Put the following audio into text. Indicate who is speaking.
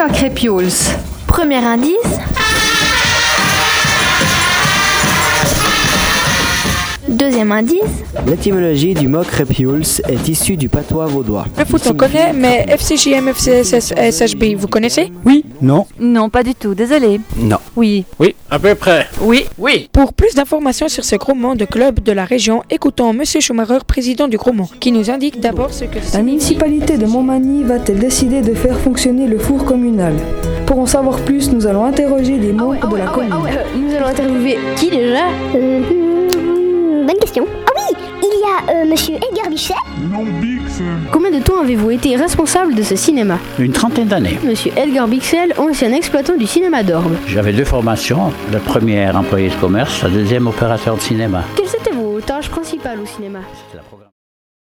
Speaker 1: un crépiols
Speaker 2: Premier indice. Deuxième indice.
Speaker 3: L'étymologie du mot crépioles est issue du patois vaudois.
Speaker 4: Le foot, on connaît, mais FCJM, FCSS, SHB, vous connaissez
Speaker 5: Oui,
Speaker 3: Non,
Speaker 6: Non, pas du tout, désolé.
Speaker 5: Non.
Speaker 6: Oui.
Speaker 7: Oui, à peu près.
Speaker 6: Oui. Oui.
Speaker 4: Pour plus d'informations sur ce groupement de clubs de la région, écoutons Monsieur Schumacher, président du groupement, qui nous indique d'abord ce que
Speaker 8: La municipalité de Montmagny va-t-elle décider de faire fonctionner le four communal Pour en savoir plus, nous allons interroger les membres de la commune.
Speaker 2: nous allons interviewer qui déjà
Speaker 9: Euh, hmm, bonne question. Ah oui, il y a euh, Monsieur Edgar Bichet.
Speaker 1: Combien de temps avez-vous été responsable de ce cinéma
Speaker 5: Une trentaine d'années.
Speaker 1: Monsieur Edgar Bixel, ancien exploitant du cinéma d'Orbe.
Speaker 5: J'avais deux formations. La première, employé de commerce. La deuxième, opérateur de cinéma.
Speaker 1: Quelles étaient vos tâches principales au cinéma
Speaker 5: C'était la programme-